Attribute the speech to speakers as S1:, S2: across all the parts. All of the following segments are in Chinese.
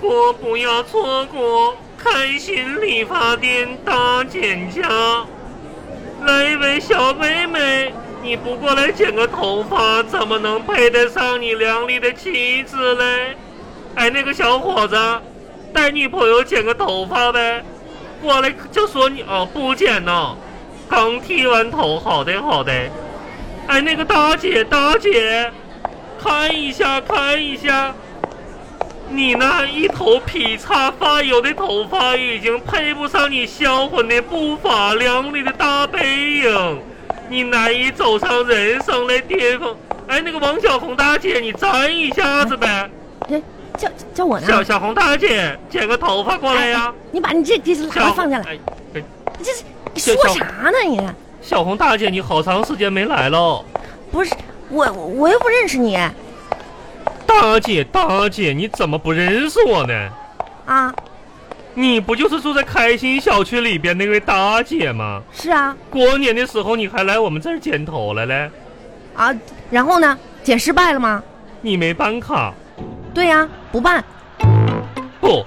S1: 说不要错过开心理发店大减价。来一位小妹妹，你不过来剪个头发，怎么能配得上你靓丽的妻子嘞？哎，那个小伙子，带女朋友剪个头发呗。过来就说你哦，不剪呐，刚剃完头，好的好的。哎，那个大姐大姐，看一下看一下，你那一头劈叉发油的头发已经配不上你销魂的步伐、靓丽的大背影，你难以走上人生的巅峰。哎，那个王小红大姐，你粘一下子呗。
S2: 这叫叫我呢？哎
S1: 小小红大姐，剪个头发过来呀、
S2: 你把你这这喇叭
S1: 小
S2: 放下来，
S1: 哎哎
S2: 你这是你
S1: 小
S2: 说
S1: 小
S2: 啥呢你？
S1: 小红大姐，你好长时间没来了。
S2: 不是我我我又不认识你
S1: 大姐，大姐，你怎么不认识我呢？
S2: 啊！
S1: 你不就是住在开心小区里边那位大姐吗？
S2: 是啊
S1: 过年的时候你还来我们这儿剪头来了，
S2: 啊，然后呢？剪失败了吗？
S1: 你没办卡？
S2: 对呀、不办。
S1: 不，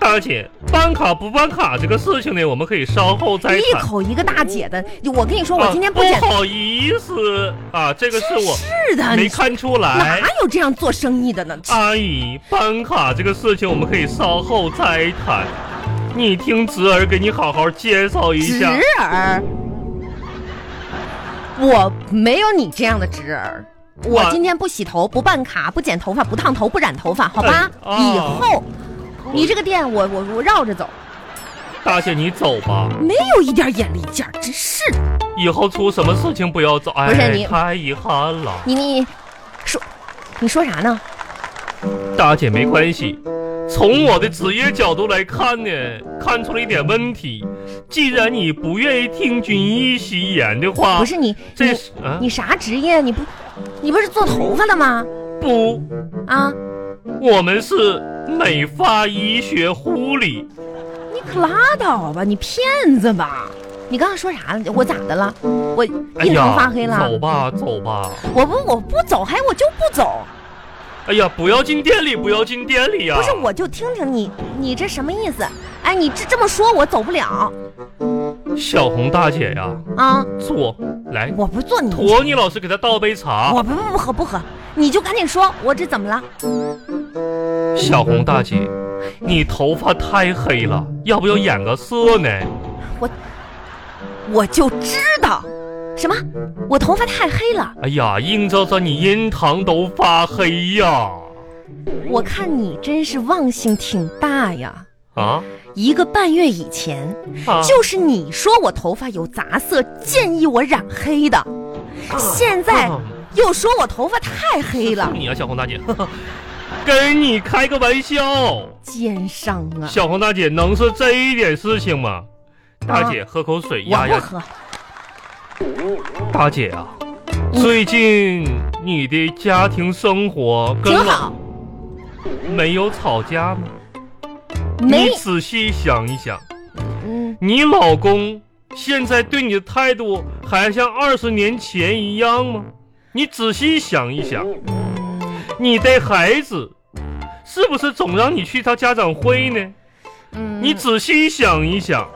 S1: 大姐，办卡不办卡这个事情呢，我们可以稍后再
S2: 一
S1: 谈。
S2: 口一个大姐的，我跟你说，
S1: 啊
S2: 我今天不剪。
S1: 不好意思啊，这个是我
S2: 是的，
S1: 没
S2: 你
S1: 看出
S2: 哪
S1: 来。
S2: 有这样做生意的呢？
S1: 阿姨，办卡这个事情我们可以稍后再谈。你听侄儿给你好好介绍一
S2: 侄
S1: 下。
S2: 儿，我没有你这样的侄儿。我
S1: 我
S2: 今天不洗头，不办卡，不剪头发，不烫头，不染头发，好吧？
S1: 哎哦
S2: 以后你这个店我，我我绕着走，
S1: 大姐，你走吧，
S2: 没有一点眼力见儿，真是的。
S1: 以后出什么事情不要走。哎，
S2: 不是你
S1: 太遗憾了。
S2: 你你说你说啥呢？
S1: 大姐没关系，从我的职业角度来看呢，看出了一点问题。既然你不愿意听君一席言的话，
S2: 不是你
S1: 这
S2: 你
S1: 是啊，
S2: 你啥职业？你不你不是做头发的吗？
S1: 不，
S2: 啊，
S1: 我们是美发医学护理。
S2: 你可拉倒吧，你骗子吧！你刚刚说啥了？我咋的了？我
S1: 哎
S2: 印堂
S1: 呀
S2: 发黑，了？
S1: 走吧，走吧。
S2: 我不我不走，还我就不走。
S1: 哎呀，不要进店里，不要进店里呀、
S2: 不是，我就听听你，你这什么意思？哎，你这这么说，我走不了
S1: 小红大姐呀、
S2: 啊！
S1: 坐，来，
S2: 我不做你，
S1: 鸵鸟老师给她倒杯茶。
S2: 我不不不喝不喝，你就赶紧说，我这怎么了？
S1: 小红大姐，你头发太黑了，要不要染个色呢？
S2: 我就知道，什么？我头发太黑了，
S1: 哎呀，映照着你印堂都发黑呀！
S2: 我看你真是忘性挺大呀。
S1: 啊
S2: 一个半月以前，
S1: 啊！
S2: 就是你说我头发有杂色，建议我染黑的，现在
S1: 啊
S2: 又说我头发太黑了，
S1: 你啊，小红大姐， 呵呵跟你开个玩笑。
S2: 奸商啊！
S1: 小红大姐能是这一点事情吗？大姐，喝口水
S2: 我
S1: 压
S2: 不
S1: 压。
S2: 喝，
S1: 大姐啊，
S2: 嗯
S1: 最近你的家庭生活跟
S2: 挺
S1: 老
S2: 好，
S1: 没有吵架吗？
S2: 没
S1: 你仔细想一想。
S2: 嗯。
S1: 你老公现在对你的态度还像二十年前一样吗？你仔细想一想，你的孩子是不是总让你去他家长会呢？
S2: 嗯，
S1: 你仔细想一想，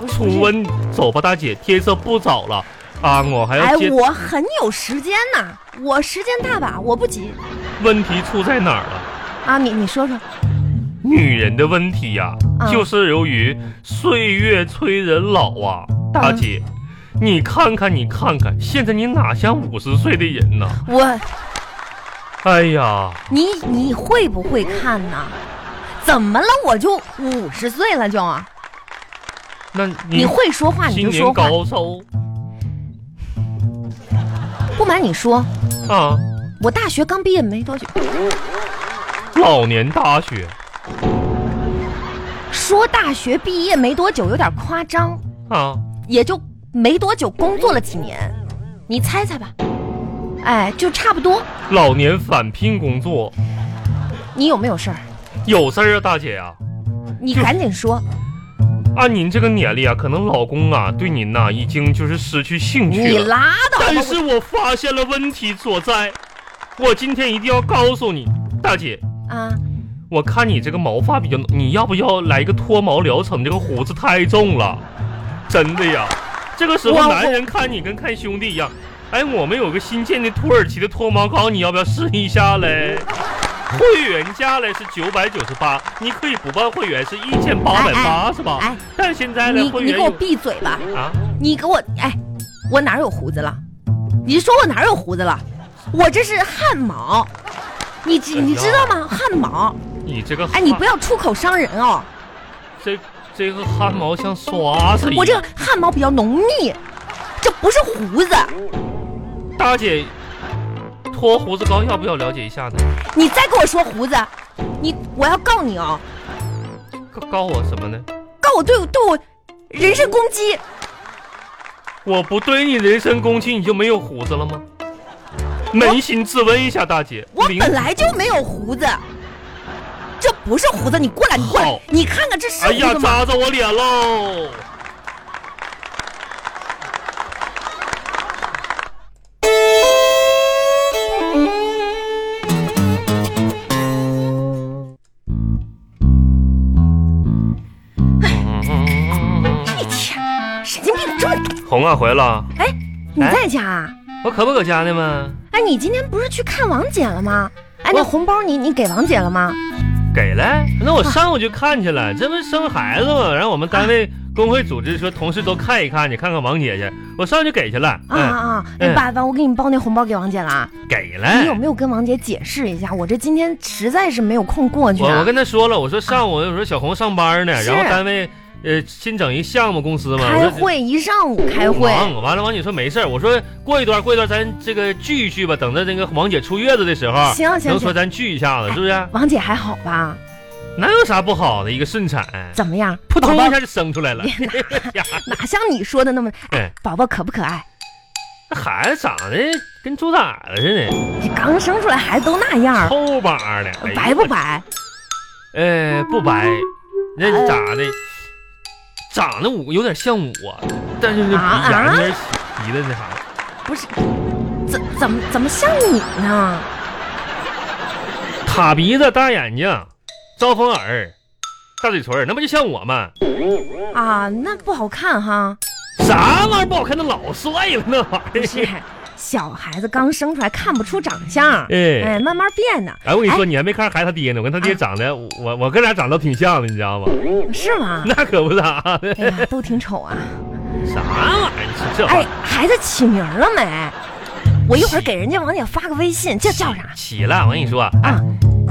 S2: 不是
S1: 楚。温，走吧，大姐，天色不早了啊，我还
S2: 哎
S1: 要，接。
S2: 我很有时间呐，我时间大把，我不急
S1: 问题出在哪儿了？
S2: 啊。你你说说，
S1: 女人的问题呀、
S2: 嗯
S1: 就是由于岁月催人老啊，大
S2: 嗯
S1: 姐，你看看，你看看，现在你哪像五十岁的人呢？
S2: 我
S1: 哎呀，
S2: 你你会不会看呐？怎么了？我就五十岁了就啊，
S1: 那
S2: 你
S1: 你
S2: 会说话你
S1: 今
S2: 就
S1: 年
S2: 说话，
S1: 高寿
S2: 不瞒你说，
S1: 啊？
S2: 我大学刚毕业没多久，
S1: 老年大学
S2: 说大学毕业没多久有点夸张，
S1: 啊？
S2: 也就没多久工作了几年，你猜猜吧，哎，就差不多。
S1: 老年返聘工作
S2: 你有没有事儿？
S1: 有事儿啊，大姐啊，
S2: 你
S1: 就
S2: 赶紧说。
S1: 按您这个年龄啊，可能老公啊对您呐、已经就是失去兴趣
S2: 你
S1: 了。
S2: 拉倒吧！
S1: 但
S2: 我
S1: 是我发现了问题所在，我今天一定要告诉你，大姐，
S2: 啊，
S1: 我看你这个毛发比较浓，你要不要来一个脱毛疗程？你这个胡子太重了，真的呀。这个时候
S2: 我
S1: 男人看你跟看兄弟一样。哎，我们有个新建的土耳其的脱毛膏，你要不要试一下嘞？会员价嘞是九百九十八，你可以不办会员，是一千八百八是吧？
S2: 哎
S1: 但是现在呢，
S2: 你
S1: 会
S2: 你
S1: 员
S2: 给我
S1: 有
S2: 闭嘴吧！
S1: 啊，
S2: 你给我哎，我哪有胡子了？你说我哪有胡子了？我这是汗毛，你
S1: 哎
S2: 知你知道吗？汗毛，
S1: 你这个
S2: 哎，你
S1: 汗
S2: 不要出口伤人哦！
S1: 这这个汗毛像刷子一样。
S2: 我这个汗毛比较浓密，这不是胡子。
S1: 大姐脱胡子膏要不要了解一下呢？
S2: 你再跟我说胡子，你我要告你哦，
S1: 告告我什么呢？
S2: 告我对我对我人身攻击。
S1: 我不对你人身攻击，你就没有胡子了吗？扪心自问一下，大姐，
S2: 我
S1: 零
S2: 本来就没有胡子，这不是胡子，你过来，你过来
S1: 好，
S2: 你看看这是
S1: 哎
S2: 胡
S1: 呀，
S2: 子吗？
S1: 扎着我脸喽！嗯
S2: 一天，哎神经病这么多。
S1: 红啊，回来了，
S2: 哎，你在家啊？
S1: 我可不搁家呢吗？
S2: 哎，你今天不是去看王姐了吗？哎，那
S1: 我
S2: 红包你你给王姐了吗？
S1: 给了，那我上午就看去了，这不是生孩子嘛？然后我们单位工会组织说，同事都看一看，你看看王姐去。我上去给去了，
S2: 啊
S1: 嗯，
S2: 啊！
S1: 嗯
S2: 哎爸爸，我给你包那红包给王姐了啊。
S1: 给
S2: 你有
S1: 了。
S2: 没有跟王姐解释一下？我这今天实在是没有空过去
S1: 我
S2: 啊
S1: 我。跟他说了，我说上午我说小红上班呢，
S2: 是
S1: 然后单位呃新整一项目公司嘛，
S2: 开会一上午，开
S1: 我说
S2: 会。
S1: 忙。完了，王姐说没事儿我说过一段过一段咱这个聚一聚吧，等着那个王姐出月子的时候，
S2: 行行
S1: 啊
S2: 啊行
S1: 能说咱聚一下子，是不是？
S2: 王姐还好吧？
S1: 哪有啥不好的？一个顺产，
S2: 怎么样？
S1: 扑通
S2: 宝
S1: 一
S2: 宝
S1: 下就生出来了。
S2: 哪像你说的那么？哎
S1: 哎，
S2: 宝宝可不可爱？
S1: 那孩子长得跟猪崽子似的。
S2: 这刚生出来孩子都那样儿，
S1: 臭巴的，哎呦
S2: 白不？白？
S1: 呃，不白，那
S2: 哎
S1: 是咋的？长得我有点像我，但是这鼻
S2: 啊
S1: 眼
S2: 啊
S1: 有点小鼻子那啥，
S2: 不是，怎怎么怎么像你呢？
S1: 塌鼻子、大眼睛、招风耳、大嘴唇儿，那不就像我吗？
S2: 啊，那不好看哈。
S1: 啥玩意儿不好看？那老帅了，那玩意
S2: 不是
S1: 儿。，
S2: 哎小孩子刚生出来看不出长相，
S1: 哎
S2: 哎，慢慢变呢，
S1: 哎，我跟你说，你还没看孩子他爹呢。我跟他
S2: 啊
S1: 爹长得，我我跟俩长得都挺像的，你知道吗？
S2: 是吗？
S1: 那可不咋的。
S2: 哎呀，都挺丑啊。
S1: 啥玩意儿？你说这玩
S2: 哎
S1: 意儿，
S2: 孩子起名了没？我一会儿给人家王姐发个微信，叫叫啥？
S1: 起了，我跟你说，哎，
S2: 啊，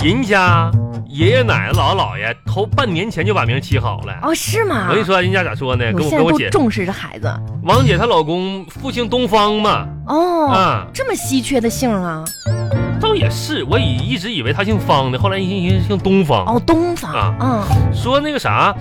S1: 人家爷爷奶奶、姥姥姥爷头半年前就把名起好了。
S2: 哦，是吗？
S1: 我跟你说，人家咋说呢？
S2: 我
S1: 跟我
S2: 现在
S1: 跟我
S2: 都
S1: 姐，
S2: 重视这孩子
S1: 王姐她老公复姓东方嘛，
S2: 哦，
S1: 啊，
S2: 这么稀缺的姓啊？
S1: 倒也是，我以一直以为她姓方的，后来一听人家姓东方，
S2: 哦，东方，
S1: 啊
S2: 嗯，
S1: 说那个啥，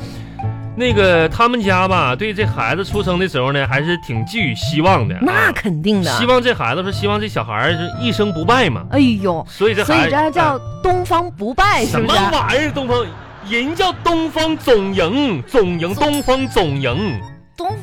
S1: 那个他们家吧，对这孩子出生的时候呢，还是挺寄予希望的，
S2: 那
S1: 啊
S2: 肯定的。
S1: 希望这孩子说，希望这小孩儿是一生不败嘛，
S2: 哎呦，
S1: 所以这
S2: 所
S1: 孩
S2: 以
S1: 子
S2: 这叫
S1: 啊
S2: 东方不败，是
S1: 什
S2: 不
S1: 么
S2: 是？
S1: 玩意儿？东方人叫东方总营，总营东方总营。
S2: 东，